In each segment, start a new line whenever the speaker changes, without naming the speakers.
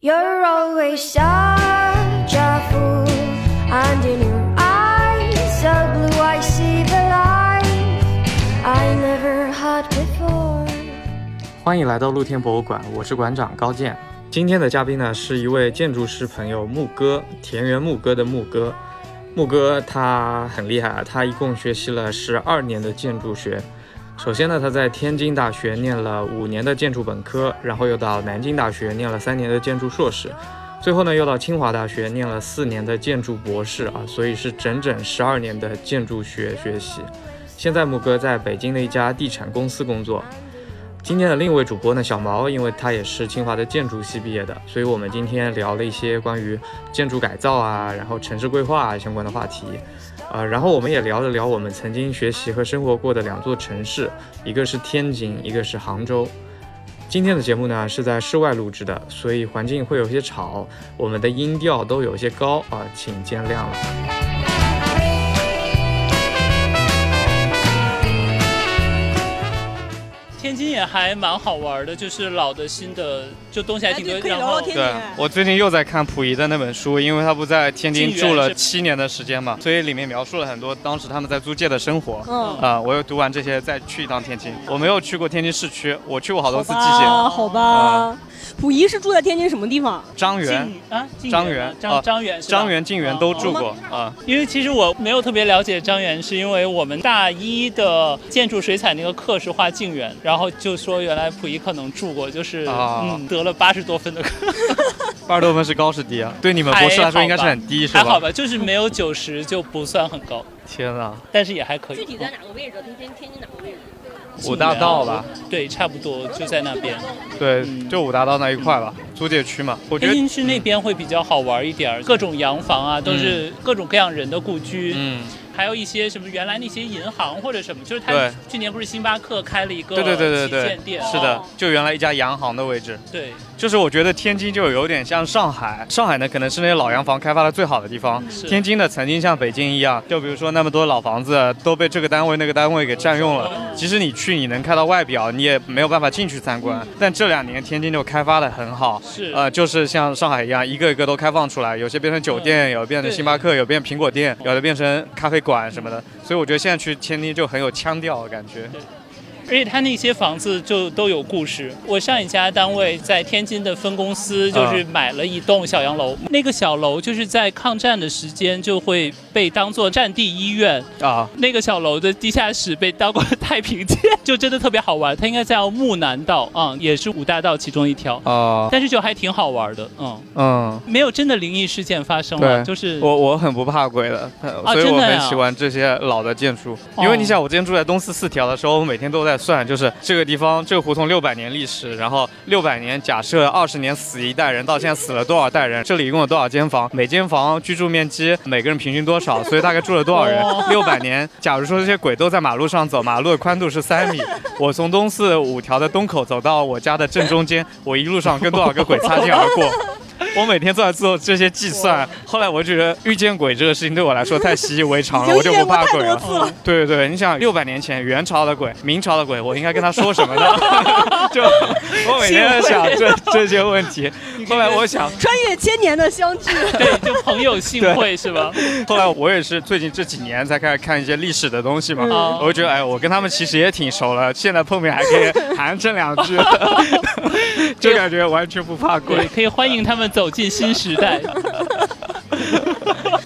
You're always such a fool, and in your eyes so blue I see the light I never had before.
欢迎来到露天博物馆，我是馆长高健。今天的嘉宾呢是一位建筑师朋友木哥，田园牧歌的牧哥。木哥他很厉害啊，他一共学习了十二年的建筑学。首先呢，他在天津大学念了五年的建筑本科，然后又到南京大学念了三年的建筑硕士，最后呢又到清华大学念了四年的建筑博士啊，所以是整整十二年的建筑学学习。现在木哥在北京的一家地产公司工作，今天的另一位主播呢，小毛，因为他也是清华的建筑系毕业的，所以我们今天聊了一些关于建筑改造啊，然后城市规划啊相关的话题，呃，然后我们也聊了聊我们曾经学习和生活过的两座城市，一个是天津，一个是杭州。今天的节目呢是在室外录制的，所以环境会有些吵，我们的音调都有些高啊、请见谅了。
天津也还蛮好玩的，就是老的、新的，就东西还
哎
挺
对
多。
可以
然
聊聊
后
天
对，我最近又在看溥仪的那本书，因为他不在天津住了七年的时间嘛，所以里面描述了很多当时他们在租界的生活。
嗯，
啊、我又读完这些再去一趟天津。我没有去过天津市区，我去过好多
好
啊
次蓟县、
哦
吧，好吧。溥仪是住在天津什么地方？
张园、
晋啊，晋
张
园啊
园
张
啊
张园是吧
张园、晋
哦
园都住过啊、
因为其实我没有特别了解张园，是因为我们大一的建筑水彩那个课是画静园，然后就说原来溥仪可能住过，就是、
啊
嗯得了八十多分的课，
八十多分是高是低啊？对你们博士来说应该是很低是
还好
吧？
吧，就是没有九十就不算很高，
天啊，
但是也还可以。
哪个位置？天津天津哪个位置？
嗯
五大道吧？
对，差不多就在那边。
对，
嗯哎
就五大道那一块吧，租界区嘛。我觉
天
得，
津市那边会比较好玩一点儿，各种洋房啊，都是各种各样人的故居。
嗯，
还有一些什么原来那些银行或者什么，就是他
对
去年不是星巴克开了一个
对对对对
旗
对
舰，店，啊
是的
哦，
就原来一家洋行的位置。
对，
就是我觉得天津就有点像上海，上海呢可能是那些老洋房开发的最好的地方。
是
天津呢曾经像北京一样，就比如说那么多老房子都被这个单位那个单位给占用了。即使你去，你能看到外表，你也没有办法进去参观。但这两年天津就开发的很好，
嗯是
呃，就是像上海一样，一个一个都开放出来，有些变成酒
嗯
店，有的变成星巴克，有的变成苹果店，有的变成咖啡馆什么的。所以我觉得现在去天津就很有腔调的感觉。
而且他那些房子就都有故事。我上一家单位在天津的分公司，就是
嗯
买了一栋小洋楼，那个小楼就是在抗战的时间就会被当做战地医院，
啊，
那个小楼的地下室被当过太平间， 就真的特别好玩。它应该叫木南道啊、嗯，也是五大道其中一条，
哦、
但是就还挺好玩的，嗯，
嗯。
没有真的灵异事件发生了，
对
就是
我我很不怕鬼的，呃
啊
所以
真
我
的
很
呀哦
喜欢这些老的建筑。因为你想，我之前住在东四四条的时候，我每天都在算，就是这个地方这个胡同六百年历史，然后六百年假设二十年死一代人，到现在死了多少代人，这里一共有多少间房，每间房居住面积每个人平均多少，所以大概住了多少人
哦。
六百年，假如说这些鬼都在马路上走，马路的宽度是三米，我从东四五条的东口走到我家的正中间，我一路上跟多少个鬼擦肩而过。我每天都在做这些计算，后来我就觉得遇见鬼这个事情对我来说太习以为常了，我
已经
就
见
不
过
怕
太
鬼
多
了。
次了。
对对对，你想六百年前元朝的鬼、明朝的鬼，我应该跟他说 什么呢？就我每天在想这这些问题。后来我想，
穿越千年的相 聚，
对，就朋友幸 会是吧？
后来我也是最近这几年才开始看一些历史的东西嘛，
嗯
我就觉得哎，我跟他们其实也挺熟了，现在碰面还可以寒暄两 句，就感觉完全不怕
对，
鬼。
可以欢迎他们走进新时 代。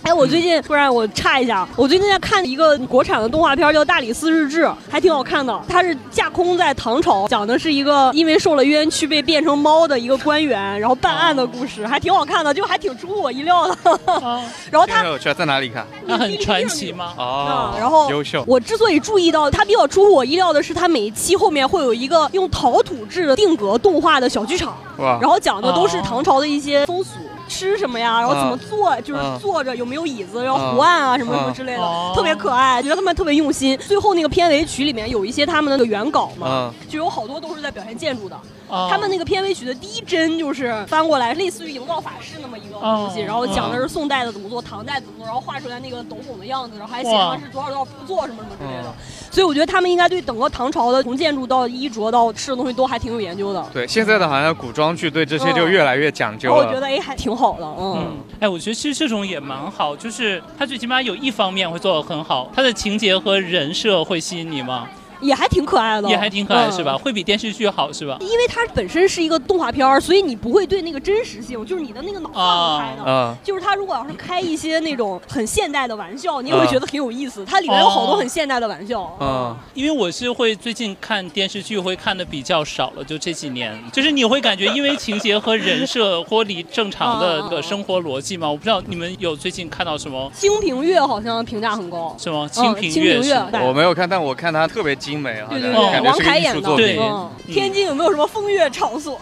哎，我最近不然我插一下，我最近在看一个国产的动画片，叫《大理寺日志》，还挺好看的。它是架空在唐朝，讲的是一个因为受了冤屈被变成猫的一个官员，然后办案的故事，还挺好看的，就还挺出乎我意料的。
啊，
然后
这
它
个有趣，在哪里看？
那很传奇吗？
哦
啊，然后
优秀。
我之所以注意到它比较出乎我意料的是，它每一期后面会有一个用陶土制的定格动画的小剧场，
哇
然后讲的都是
哦
唐朝的一些风俗。吃什么呀？然后怎么做？就是
嗯
坐着有没有椅子，然后
嗯
图案啊什么什么之类的，
哦
特别可爱，觉得他们特别用心。最后那个片尾曲里面有一些他们的原稿嘛，
嗯
就有好多都是在表现建筑的。
哦
他们那个片尾曲的第一帧就是翻过来，类似于营造法式那么一个东西，
哦
然后讲的是宋代的怎么做，唐代怎么做，然后画出来那个斗拱的样子，然后还写上是多少多少步做什么什么之
哦
类的。所以我觉得他们应该对整个唐朝的从建筑到衣着到吃的东西都还挺有研究的。
对，现在的好像古装剧对这些就越来越讲
然
究
后嗯我
了。
觉得哎还挺好的，嗯。
嗯，哎，我觉得其实这种也蛮好，就是它最起码有一方面会做得很好，它的情节和人设会吸引你吗？
也还挺可爱的，
也还挺可爱，
嗯
是吧？？会比电视剧好，是吧？
因为它本身是一个动画片儿，所以你不会对那个真实性，就是你的那个脑放不开
啊
的。
嗯，
就是他如果要是开一些那种很现代的玩笑，你也会
嗯
觉得很有意思。它里面有好多很现代的玩笑。
嗯，
因为我是会最近看电视剧会看的比较少了，就这几年，就是你会感觉因为情节和人设脱离正常的个生活逻辑嘛。我不知道你们有最近看到什么
清平乐好像评价很高，
什么《
嗯
平
清
乐
平
是
乐
吗》
对
我没有看，但我看它特别精美，好
对
像
对
哦
对，
感觉
王
是
凯
个艺
演
术
的。
作品
对。
嗯，
嗯
天津有没有什么风月场所？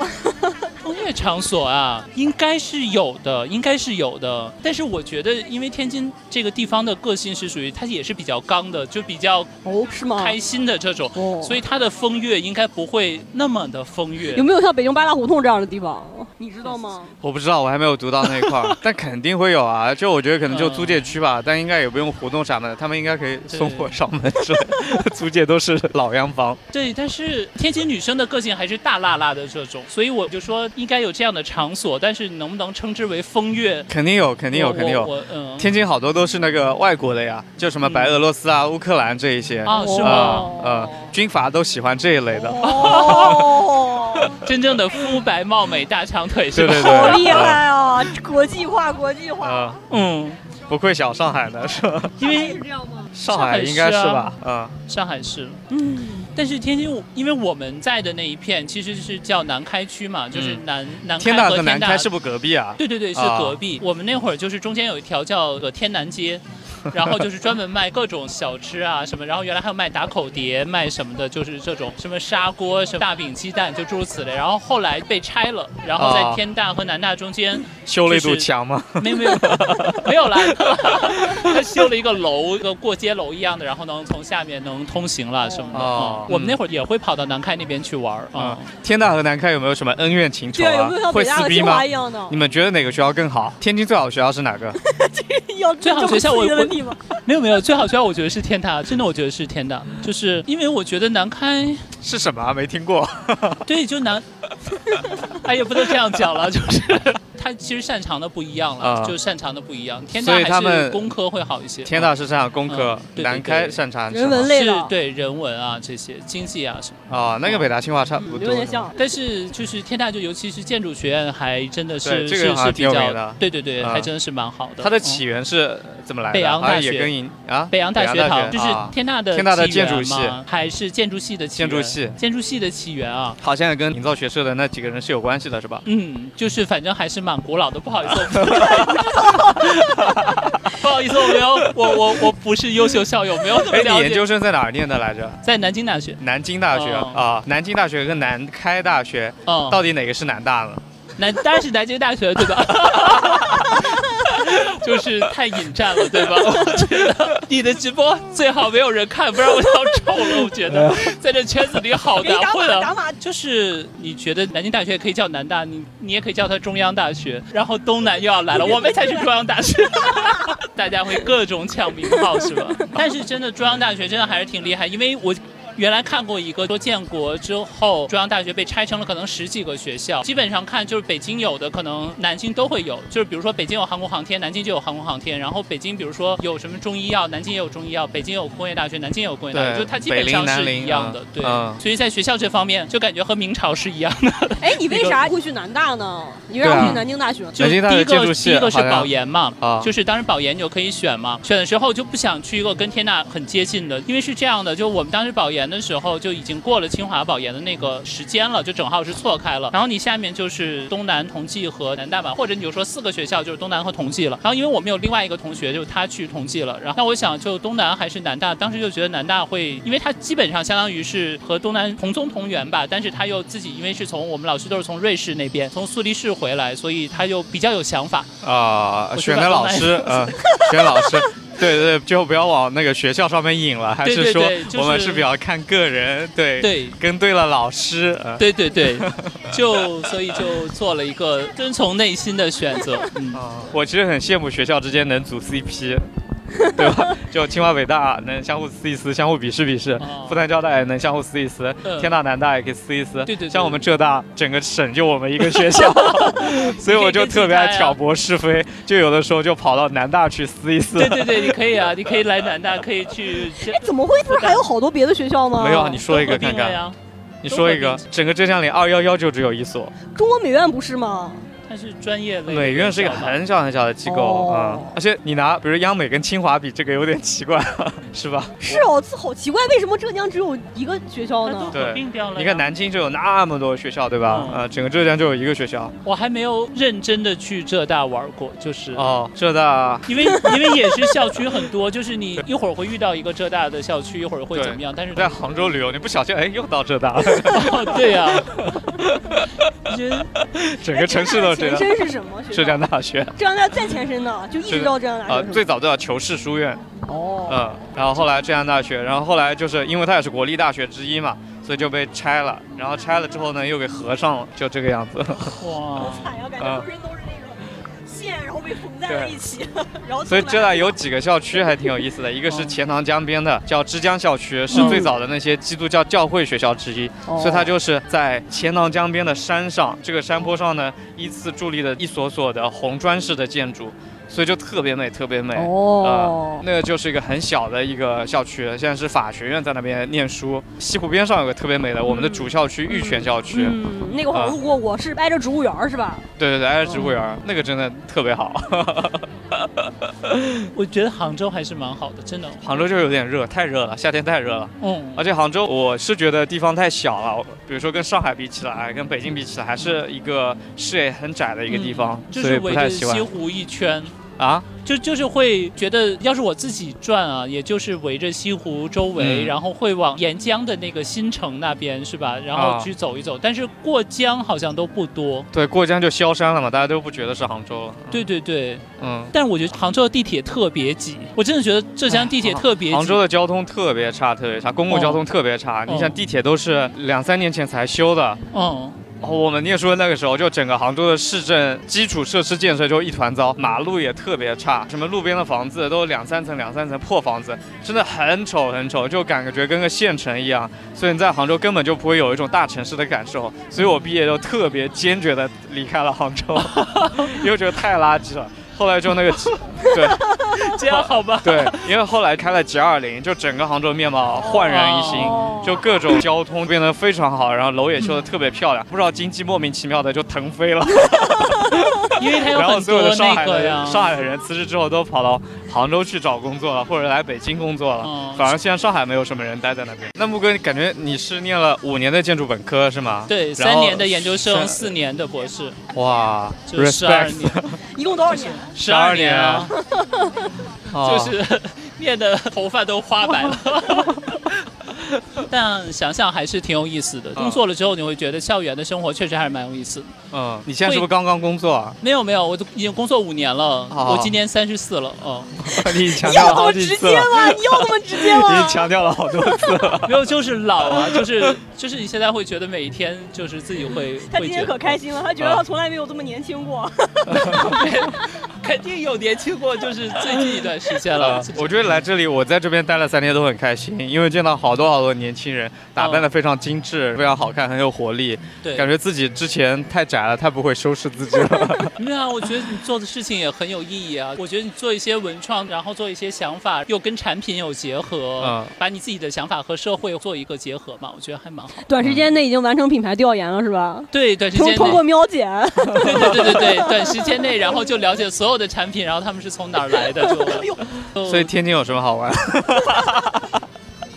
风月场所啊，应该是有的，应该是有的。但是我觉得，因为天津这个地方的个性是属于它也是比较刚的，就比较
哦，是吗？
开心的这种，
哦
所以它的风月应该不会那么的风月
有。没有像北京八大胡同这样的地方？你知道吗？
我不知道，我还没有读到那一 块儿，但肯定会有啊。就我觉得可能就租界区
嗯
吧，但应该也不用胡同啥的，他们应该可以送货上门之类的。 租界都是老洋房，
对，但是天津女生的个性还是大辣辣的这种，所以我就说应该有这样的场所，但是能不能称之为风月？
肯定有，肯定有，
我
肯定有。
我我嗯，
天津好多都是那个外国的呀，就
嗯
什么白俄罗斯啊、乌克兰这一些
啊是吗
呃呃，军阀都喜欢这一类的。
哦，
真正的肤白貌美大长腿是
对
吧？
对对，
好厉害啊！国际化，国际
呃！
化。
呃，
嗯，
不愧小上海的是吧？
因为
这样吗？
上海应该是
啊
吧？嗯，
上海市。
嗯，
但是天津，因为我们在的那一片其实是叫南开区嘛，就是
嗯
南、南
天
开
大
和
和南
大
开是不隔壁啊？
对对对，是
啊
隔壁。我们那会儿就是中间有一条叫做天南街，然后就是专门卖各种小吃啊什么，然后原来还有卖打口碟、卖什么的，就是这种什么砂锅、什么大饼、鸡蛋，就诸如此类。然后后来被拆了，然后在
啊
天大和南大中间，
修了一堵
就是
墙吗？
没有没有没有啦，他修了一个楼，一个过街楼一样的，然后能从下面能通行了什么的。嗯
哦
我们那会儿也会跑到南开那边去玩儿啊
嗯。，天大和南开有没有什么恩怨情仇
对啊，有
啊
没有？像
会
北大
撕
和
逼
清
吗
华？一样的
你？们觉得哪个学校更好？天津最好的学校是哪 个？
要
最好
这么
学校我
刺激的
我
地方，
没有没有，最好学校我觉得是天大，真的我觉得是天大，就是因为我觉得南开
是什么啊？没听 过。
对，就 难，哎，也不能这样讲了，就是他其实擅长的不一样了，
啊
就擅长的不一样。天大
所以他
还是
们
工科会好一些，
天大是擅长工科
嗯，对对
南开
对
擅长
人文
什么
类
是
的
对人文啊这些经济啊什么，
啊，那个北大清华差不
有
多。
点像。
但是就是天大就尤其是建筑学院还真的是
对这个
是
好像
是比
挺有名
较
的
对对对，
啊
还真的是蛮好的。
它的
嗯
起源是怎么来的？
北洋大
好像也
学
跟银啊，
北洋大学堂就是
啊
天大的
天大的
起源
建筑系
嘛还是建筑系的起
建筑
源
系
建筑系的起源啊。
好像也跟营造学社的那几个人是有关系的，是吧？
嗯，就是反正还是蛮古老的，不好 意思， 我不好意思，我没有，我我我不是优秀校友，没有那么
哎，你
了
研
解。
究生在哪儿念的来着？
在南京大学，
南京大学
哦
啊，南京大学跟南开大学，
嗯，
到底哪个是南大呢？
南当然是南京大学对 吧？就是太引战了，对吧？我觉得你的直播最好没有人看，不然我就要丑了。我觉
哎
得在这圈子里好
给你
难
打
混
码打
啊。
码，
就是你觉得南京大学可以叫南大，你你也可以叫它中央大 学，然后东南又要 来了，我们才是中央大学， 大家会各种抢名号是吧？ 但是真的中央大学真的还是挺厉害，因为我。原来看过一个说建国之后，中央大学被拆成了可能十几个学校，基本上看就是北京有的，可能南京都会有。就是比如说北京有航空航天，南京就有航空航天。然后北京比如说有什么中医药，南京也有中医药；北京有工业大学，南京也有工业大学，
对
就它基本上
北
是
林南林
一样的
嗯。
对，
嗯
所以在学校这方面，就感觉和明朝是一样 的。
哎，你为啥会去南大呢？你为啥
对啊
会去南京大学？
就
南
第
京大学
一
建
个
筑
第
系
一个是
好像
保研嘛，
啊
就是当时保研你就可以选嘛。选的时候就不想去一个跟天大很接近的，因为是这样的，就我们当时保研的时候就已经过了清华保研的那个时间了，就正好是错开了。然后你下面就是东南同济和南大嘛，或者你就说四个学校就是东南和同济了。然后因为我们有另外一个同学，就是他去同济了，然后那我想就东南还是南大，当时就觉得南大会，因为它基本上相当于是和东南同宗同源吧，但是他又自己因为是从我们老师都是从瑞士那边从苏黎世回来，所以他又比较有想法。
啊，
我
选
知
的
道
老师，呃，选老师，对对，就不要往那个学校上面引了，还
对
是
对
说
对就是
我们是比较看个人，对
对
跟对了老师，呃
对对对，就所以就做了一个遵从内心的选择。 嗯，
我其实很羡慕学校之间能组 CP，对 吧？就清华北大啊能相互撕一撕，相互鄙视鄙视
哦；
复旦交大也能相互撕一撕
嗯，
天大南大也可以撕一撕。
对对对
像我们浙大，整个省就我们一个学 校，所以我就特别爱挑拨是非，就有的时候就跑到南大去撕一撕。
对对对，你可以 啊，你可以来南大，可以去
哎，怎么会？不是还有好多别的学校吗？
没有啊，你说一个看
合并了
看，
呀。
你说一
都
个
合并，
整个浙江里二幺幺就只有一所，
中国美院不是吗？
它是专业类的
美院是一个
学校嘛
很小很小的机构啊、
哦
嗯而且你拿比如央美跟清华比，这个有点奇怪， 是吧？
是哦，这好奇怪，为什么浙江只有一个学校
它哦都
呢？
对
合并掉了呀。
你看南京就有那么多学校，对吧？
嗯
呃，整个浙江就有一个学校。
我还没有认真的去浙大玩过，就是。
哦，浙大
因为因为也是校区很多，就是你一会儿会遇到一个浙大的校区，一会儿会怎么样？但 是
在杭州旅游，你不小心哎又到浙大了，
哦， 对 呀、我觉得
整个城市都是
前
浙大
身是什么学
浙
校？
江大学
浙江大再前身呢，就一直叫浙江大
啊、
学。
呃
是吗
最早叫求是书院，嗯、
哦，
然后后来浙江大学，然后后来就是因为它也是国立大学之一嘛，所以就被拆了，然后拆了之后呢又给合上了，就这个样子。
哇，
惨哎呀，感觉
啊
浑身都是那种线，然后被缝在了一起， 然后
所以浙
大
大有几个校区还挺有意思的，一个
哦
是钱塘江边的，叫枝江校区，是最早的那些基督教教会学校之一，
哦
所以它就是在钱塘江边的山上，这个山坡上呢依次伫立的一所所的红砖式的建筑，所以就特别美，特别美。
哦
呃，那个就是一个很小的一个校区，现在是法学院在那边念书。西湖边上有个特别美的，我们的主校区玉泉校区，
嗯，那个好像
啊
路过，我是挨着植物园儿是吧？
对对对，挨着植物园儿，那个真的特别好。
我觉得杭州还是蛮好的，真的。
杭州就是有点热，太热了，夏天太热了。
嗯，
而且杭州，我是觉得地方太小了，比如说跟上海比起来，跟北京比起来，还是一个视野很窄的一个地方，
嗯就
所以
是
不
围
太
着
喜
西
欢
湖一圈，
啊。
就就是会觉得，要是我自己转啊，也就是围着西湖周围，
嗯
然后会往沿江的那个新城那边是吧？然后
啊嗯
去走一走，但是过江好像都不多。
对，过江就萧山了嘛，大家都不觉得是杭州了。嗯
对，对对，
嗯，
但我觉得杭州的地铁特别挤，我真的觉得浙江地铁特别挤。
哎嗯
哦
杭州的交通特别差，特别差，公共交通特别差。你想，地铁都是两三年前才修的。
嗯，
哦，我们念书的那个时候，就整个杭州的市政基础设施建设就一团糟，马路也特别差，什么路边的房子都两三层、两三层破房子，真的很丑很丑，就感觉跟个县城一样。所以你在杭州根本就不会有一种大城市的感受。所以我毕业就特别坚决的离开了杭州，因为觉得太垃圾了。 后来就那个 G，对
这样好吧？
对，因为后来开了 G 二零，就整个杭州面貌焕然一新。
哦
就各种交通变得非常好，然后楼也修得特别漂亮，不知道经济莫名其妙的就腾 飞了，
因为它有
然后
很
所有
多
的上海
那个
人、
呀，
上海人辞职之后都跑到杭州去找工作了，或者来北京工作了。
嗯
反而现在上海没有什么人待在那边。那木哥，你感觉你是念了五年的建筑本科是吗？
对，
然
三
后
年的研究生，
是
四年的博士，
哇
就十二年，
一共多少年？
十二年啊，就
哦
就是
念的头发都花白 了。但想想还是挺有意
嗯
思的。工作了之后，你会觉得校园的生活确实还是蛮有意思的。
嗯，你现在是不是刚刚工作 啊？
没有没有，我都已经工作五年了，
哦
我今年三十四了。哦，
你强
你
调
要
了
这
好
么
几
直
次
接
了，
吗？你要这么直接 吗
你？强调了好多 次了。
没有，就是老 啊，就是就是你现在会觉得每一天就是自己会
他
会
今
觉
天可
得
开心了，他觉
啊
得他从来没有这么年轻过。
肯定有年轻过，就是最近一段时间了
呃。我觉得来这里，我在这边待了三天都很开心，因为见到好多好多年轻人，打扮的非常精致，非常好看，很有活力，
对，
感觉自己之前太宅了，太不会收拾自己 了。
没有啊，我觉得你做的事情也很有意义啊。我觉得你做一些文创，然后做一些想法，又跟产品有结合，
嗯
把你自己的想法和社会做一个结合嘛，我觉得还蛮好。
短时间内已经完成品牌调研了，是吧？
对，嗯短时间
通
内，
通过喵姐，
对对对对对，短时间内，然后就了解所有的产品，然后他们是从哪儿来的，就。就
所以天津有什么好玩？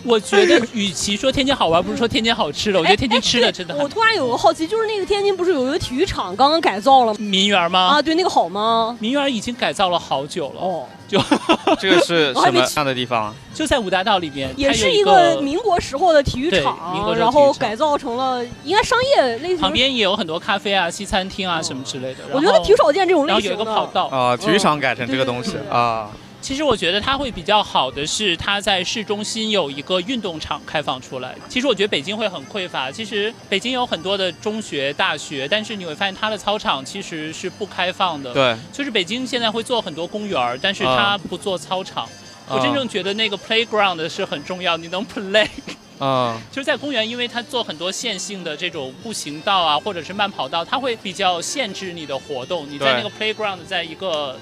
我觉得，与其说天津好玩，不如说天津好吃的。我觉得天津吃的真的
我
很。
突然有个好奇，就是那个天津不是有一个体育场刚刚改造了吗？
民园吗？
啊，对，那个好吗？
民园已经改造了好久了，
哦，
就
这个是
我还
什
没
么
去
样的地 方啊？
就在五大道里面，
也
它有
是一
个
个民国时候的体育
对民国
场，
时候
然后
体育场
改造成了应该商业类型
旁。边也有很多咖啡啊、西餐厅啊什么之类的。
我
然
觉得
后
挺少见这种
然
类
后
型
有一
的。
个跑道，
呃啊，体育场改成这个东西
对对对对
啊，
其实我觉得它会比较好的是，它在市中心有一个运动场开放出来。其实我觉得北京会很匮乏，其实北京有很多的中学、大学，但是你会发现它的操场其实是不开放的。，
对，啊
就是北京现在会做很多公园儿，但是它不做操场。我真正觉得那个 playground 是很重要，你能 play。
嗯
就是在公园，因为它做很多线性的这种步行道啊，或者是慢跑道，它会比较限制你的活动。你在那
对
个 playground，在一个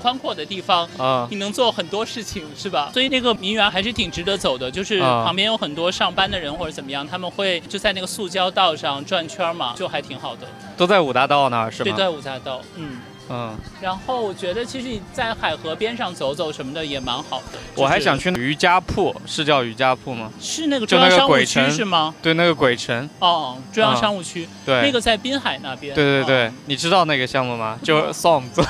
宽阔的地方，
嗯
你能做很多事情，是吧？所以那个名园还是挺值得走的，就是
啊
旁边有很多上班的人或者怎么样，他们会就在那个塑胶道上转圈嘛，就还挺好的。
都在五大道那儿是吗？
对，在五大道，嗯。
嗯，
然后我觉得其实你在海河边上走走什么的也蛮好的。
我还想
去，
去瑜伽铺，是叫瑜伽铺吗？
是那个
就
中
那
央
个
商务
鬼
区
城
是吗？
对，那个鬼城，
哦，中央
啊
商务区，
对，
那个在滨海那边。
对对
哦
对，你知道那个项目吗？就是 SOM 做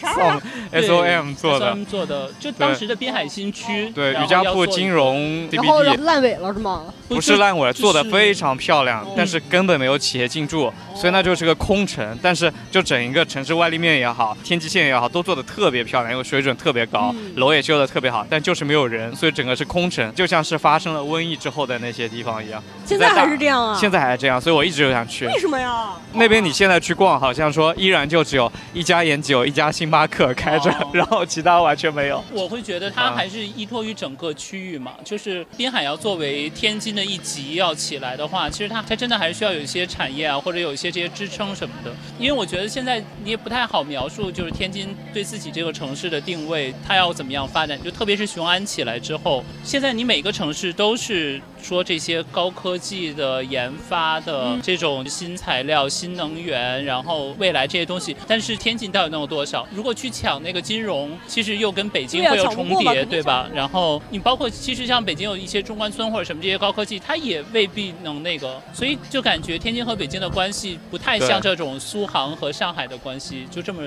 ，SOM
对
SOM 做的，
SOM 做的，就当时的滨海新区，
对，
然后
瑜伽
要
铺
做一
金
个
融
然后
CBD
烂尾了是吗？
不是烂尾，
就
做的
是嗯哦
非常漂亮
哦，
但是根本没有企业进驻，所以那就是个空城。但是就整一个城市外立面也好，天际线也好，都做的特别漂亮，因为水准特别高，
嗯
楼也修的特别好，但就是没有人，所以整个是空城，就像是发生了瘟疫之后的那些地方一样。
现在还是这样
嗯
啊？
现在还是这样，所以我一直就想去。
为什么呀？
那边你现在去逛，好像说依然就只有一家烟酒、一家星巴克开着，
哦
然后其他完全没有。
我会觉得它还是依托于整个区域嘛，就是滨海要作为天津的一极要起来的话，其实它它真的还是需要有一些产业啊，或者有一些这些支撑什么的。因为我觉得现在你也不太好描述，就是天津对自己这个城市的定位，它要怎么样发展。就特别是雄安起来之后，现在你每个城市都是说这些高科技的研发的这种新材料、新能源，然后未来这些东西，但是天津到底能有多少？如果去抢那个金融，其实又跟北京
对啊
会有
抢不
重
过吧
叠，
肯定
对吧？然后你包括其实像北京有一些中关村或者什么这些高科技，它也未必能那个，所以就感觉天津和北京的关系不太
对
像这种苏杭和上海的关系，就这么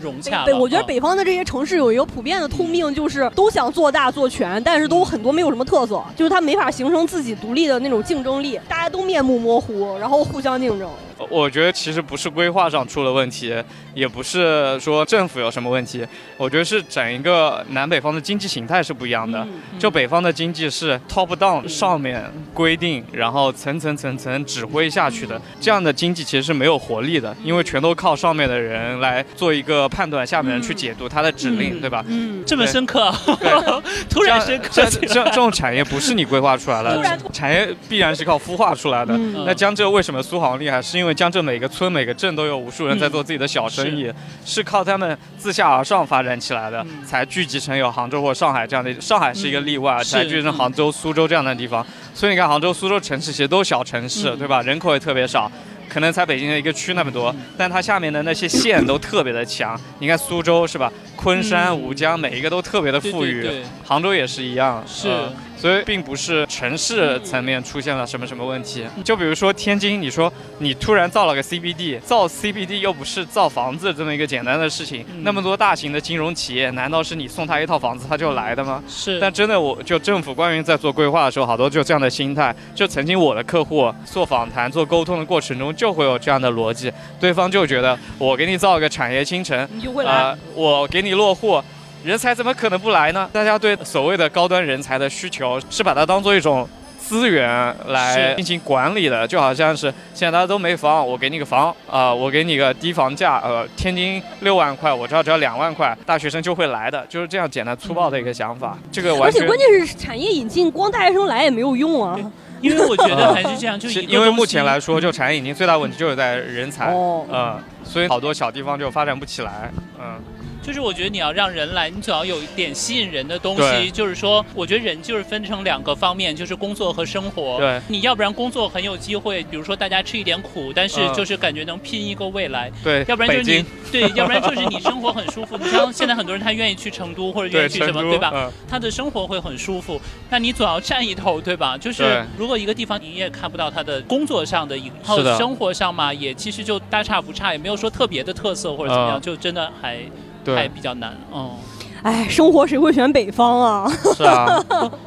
融洽了。
北，我觉得
嗯
啊
北方的这些城市有一个普遍的通病，就是都想做大做全，但是都
嗯
很多没有什么特色，就是它没法形成自己独立的那种竞争力，大家都面目模糊，然后互相竞争。
我觉得其实不是规划上出了问题，也不是说政府有什么问题，我觉得是整一个南北方的经济形态是不一样的。
嗯
就北方的经济是 top down
嗯
上面规定，然后层层层层指挥下去的，这样的经济其实是没有活力的，因为全都靠上面的人来做一个判断，下面的人去解读他的指令，
嗯
对吧？
嗯，
这么深刻啊， 突
这
然
样
深刻
这
起
这
来
这种产业不是你规划出来
突
的
然，
产业必然是靠孵化出来的。
嗯
那江浙为什么苏杭厉害？是因为江浙每个村每个镇都有无数人
嗯
在做自己的小生意，是靠他们自下而上发展起来的，
嗯
才聚集成有杭州或上海这样的。上海是一个例外，啊
嗯
才
是
聚集成杭州、苏州这样的地方。所以你看，杭州、苏州城市其实都是小城市，
嗯
对吧？人口也特别少。可能才北京的一个区那么多，但它下面的那些县都特别的强。你看苏州是吧？昆山、
嗯
吴江每一个都特别的
对
富裕，啊
对对
杭州也是一样，
是
呃所以并不是城市层面出现了什么什么问题。就比如说天津，你说你突然造了个 CBD，造 CBD 又不是造房子这么一个简单的事情，
嗯
那么多大型的金融企业，难道是你送他一套房子他就来的吗？
是，
但真的，我就政府官员在做规划的时候，好多就这样的心态。就曾经我的客户做访谈、做沟通的过程中，就会有这样的逻辑，对方就觉得我给你造一个产业新城，
你就会来。
啊，我给你落户，人才怎么可能不来呢？大家对所谓的高端人才的需求是把它当做一种。资源来
是
进行管理的，就好像是现在大家都没房，我给你个房啊、我给你个低房价，呃，天津六万块，我这儿只要两万块，大学生就会来的，就是这样简单粗暴的一个想法。
嗯
这个完
而
全嗯
且关键是产业引进，光大学生来也没有用啊。
因为我觉得还是这样，就一
是
个
因为
东
目
西
前来说，就产业引进最大问题就是在人才，
哦
嗯，所以好多小地方就发展不起来，嗯，
就是我觉得你要让人来，你总要有一点吸引人的东
对
西。就是说，我觉得人就是分成两个方面，就是工作和生活。
对，
你要不然工作很有机会，比如说大家吃一点苦，但是
嗯
就是感觉能拼一个未来；
对，
要不然就
北
是你
京，
对，要不然就是你生活很舒服。你像现在很多人他愿意去成都或者愿
对，
意去
成
什么，
都，
对吧？
嗯
他的生活会很舒服。那你总要占一头，对吧？就是
对
如果一个地方你也看不到他的工作上的一个，还
是的
有生活上嘛，也其实就大差不差，也没有说特别的特色或者怎么样，
嗯
就真的还
对
还比较难。哦，
哎，生活谁会选北方啊？
是啊，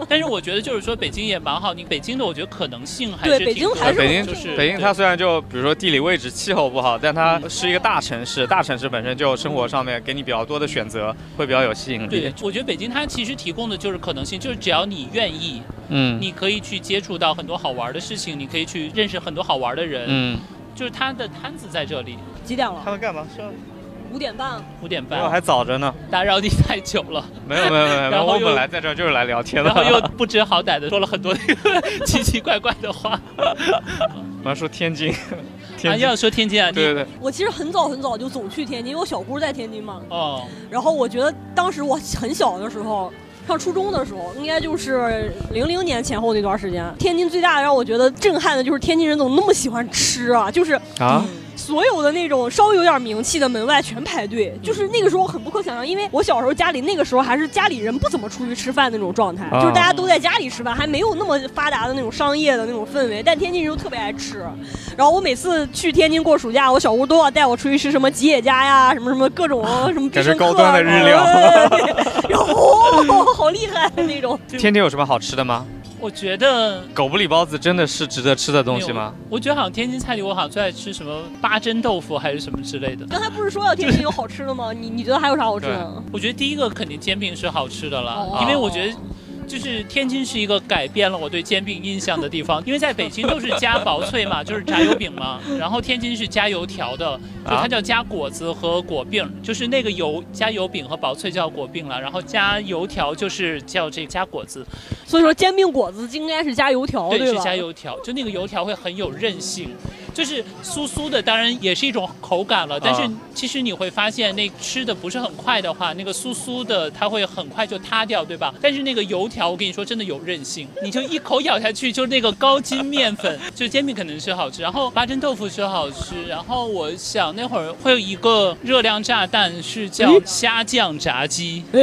但是我觉得就是说北京也蛮好，你北京的我觉得可能性还
对
是
北
挺
京
多
还
的
北京
就是嗯
北京它虽然就比如说地理位置、气候不好，但它是一个大城市，大城市本身就生活上面给你比较多的选择，会比较有吸引
对
力。，
我觉得北京它其实提供的就是可能性，就是只要你愿意，
嗯
你可以去接触到很多好玩的事情，你可以去认识很多好玩的人，
嗯，
就是它的摊子在这里。
几点了？
他们干嘛？是啊
五点半。
五点
没有，
半，
还早着呢。
打扰你太久 了，
没有没有没有没
然
有，
后
我
又
本来在这儿就是来聊天的。
然后又不知好歹的说了很多 奇奇怪怪的话。
我要说天津，
啊，
天津，
要说天津啊，
对对
你
对，
我其实很早很早就总去天津，因为我小姑在天津嘛。
哦，
然后我觉得当时我很小的时候，上初中的时候，应该就是零零年前后那段时间，天津最大的让我觉得震撼的就是天津人怎么那么喜欢吃啊，就是
啊，
嗯
所有的那种稍微有点名气的门外全排
嗯
队，就是那个时候很不可想象，因为我小时候家里那个时候还是家里人不怎么出去吃饭那种状态，
啊
就是大家都在家里吃饭，还没有那么发达的那种商业的那种氛围。但天津人就特别爱吃，然后我每次去天津过暑假，我小姑都要带我出去吃什么吉野家呀，什么什么各种什么必
感觉
胜客啊
高端的日料
对对对然后 哦，好厉害那种。
天津有什么好吃的吗？
我觉得
狗不理包子真的是值得吃的东西吗？
没有？我觉得好像天津菜里，我好像最爱吃什么八珍豆腐还是什么之类的。
刚才不是说要天津有好吃的吗？你你觉得还有啥好吃的？
我觉得第一个肯定煎饼是好吃的啦，
哦
因为我觉得。就是天津是一个改变了我对煎饼印象的地方，因为在北京都是加薄脆嘛，就是炸油饼嘛，然后天津是加油条的，就它叫加果子和果饼，就是那个油加油饼和薄脆叫果饼了，然后加油条就是叫这加果子，
所以说煎饼果子应该是加油
哦
条，
对，
对
是
吧？
加油条，就那个油条会很有韧性，就是酥酥的，当然也是一种口感了。但是
啊
其实你会发现，那吃的不是很快的话，那个酥酥的它会很快就塌掉，对吧？但是那个油条，我跟你说，真的有韧性，你就一口咬下去，就是那个高筋面 粉，就煎饼可能是好吃，然后八珍豆腐是好吃，然后我想那会儿会有一个热量炸弹是叫虾酱炸鸡，
哎，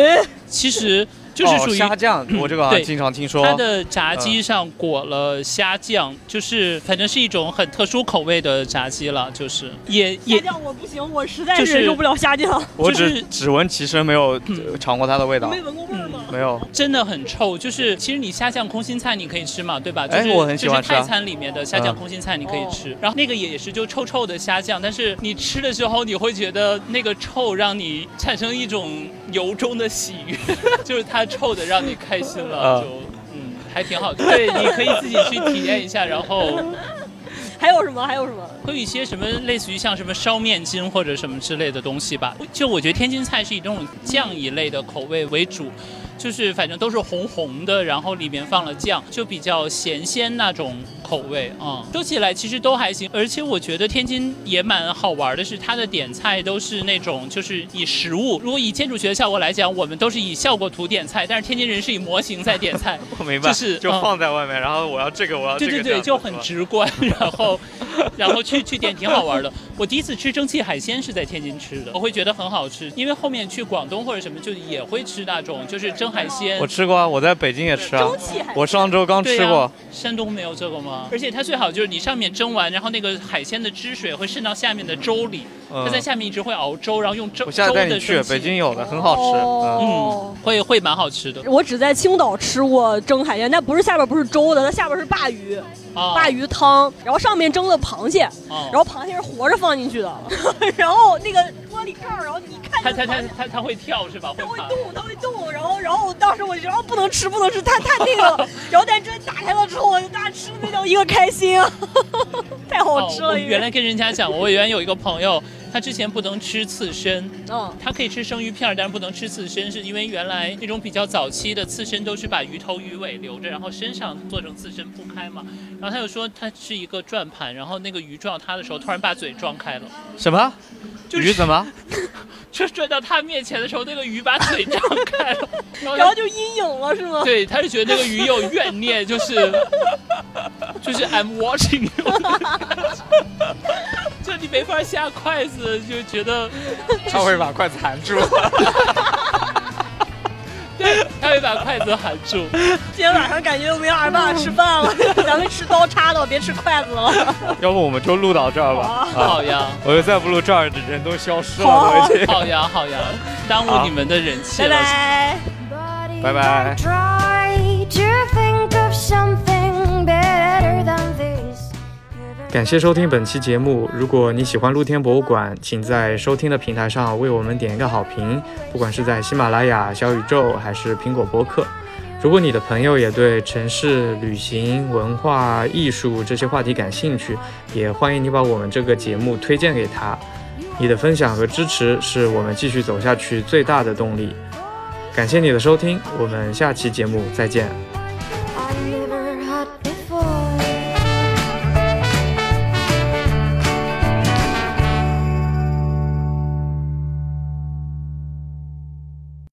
其实就是属
哦、
于
虾酱，我这个好像
对
经常听说。
它的炸鸡上裹了虾酱，就是反正是一种很特殊口味的炸鸡了，就是也
虾
也
酱我不行，我实在
就是是
忍受不了虾酱。
我
就
只、
是
只闻其声，没有
嗯
尝过它的味道
没，闻过味儿吗？
没有。
真的很臭。就是其实你虾酱空心菜你可以吃嘛，对吧？就
哎
是
我很喜欢嗯
就是
吃啊
泰餐里面的虾酱空心菜你可以吃，然后那个也是就臭臭的虾酱，但是你吃的时候你会觉得那个臭让你产生一种由衷的喜悦， 就是它臭的让你开心了，
啊
就嗯还挺好。对，你可以自己去体验一下，然后。
还有什么？还有什么？
会有一些什么类似于像什么烧面筋或者什么之类的东西吧。就我觉得天津菜是以这种酱一类的口味为主，就是反正都是红红的，然后里面放了酱，就比较咸鲜那种口味啊、嗯。说起来其实都还行，而且我觉得天津也蛮好玩的是，它的点菜都是那种就是以食物。如果以建筑学的效果来讲，我们都是以效果图点菜，但是天津人是以模型在点菜。
我明白，
就是嗯
放在外面，然后我要这个，我要这
对对
个，这
对，
样
就很
是吧
直观，然 后，然后去去点挺好玩的。我第一次吃蒸汽海鲜是在天津吃的，我会觉得很好吃，因为后面去广东或者什么就也会吃那种就是蒸海鲜
我。吃过啊，我在北京也吃啊
蒸，汽海
我上周刚
对啊
吃
呀、
过。
山东没有这个吗？而且它最好就是你上面蒸完，然后那个海鲜的汁水会渗到下面的粥里，它在
嗯，
下面一直会熬粥，然后用蒸
我
粥
下次带
的
你去，
蒸
北
汽，
京有的，很好吃。嗯，
哦
嗯，会会蛮好吃的
我只在青岛吃过蒸海鲜，但不是下边不是粥的，它下边是鲅鱼，
啊。
鲅鱼汤，然后上面蒸的螃蟹，
哦，
然后螃蟹是活着放进去的， 然后那个玻璃盖儿，然后你一看
它
就
它它
是螃蟹。
它它会跳是吧？会
它会
爬。
动，它会动，然后，然后当时我就觉得哦不能吃，不能吃，太太那个了。然后但真打开了之后，我就大家吃的那叫一个开心，啊 太好吃
哦
了。
我
因为
原来跟人家讲，我原来有一个朋友，他之前不能吃刺身，
嗯，
他可以吃生鱼片儿，但是不能吃刺身，是因为原来那种比较早期的刺身都是把鱼头鱼尾留着，然后身上做成刺身铺开嘛。然后他就说他是一个转盘，然后那个鱼撞他的时候，突然把嘴撞开了，
嗯什么？
就是
鱼怎么？
就转到他面前的时候，那个鱼把嘴张开了，然
然后
后
就阴影了，是吗？
他。对，他是觉得那个鱼有怨念，就是就是 I'm watching you，就你没法下筷子，就觉得
他会把筷子含住。
对，他被把筷子喊住。
今天晚上感觉我们有点儿办法吃饭了，咱们吃刀叉的，别吃筷子了。
要不我们就录到这儿吧。
好呀，
我就再不录这儿，人都消失了，
好
我已经。
好啊呀，好呀，耽误你们的人气
拜
了。
拜。
Bye
Bye-bye.
Try to think of something better than this.
感谢收听本期节目。如果你喜欢露天博物馆，请在收听的平台上为我们点一个好评，不管是在喜马拉雅、小宇宙还是苹果播客。如果你的朋友也对城市、旅行、文化、艺术这些话题感兴趣，也欢迎你把我们这个节目推荐给他。你的分享和支持是我们继续走下去最大的动力。感谢你的收听，我们下期节目再见。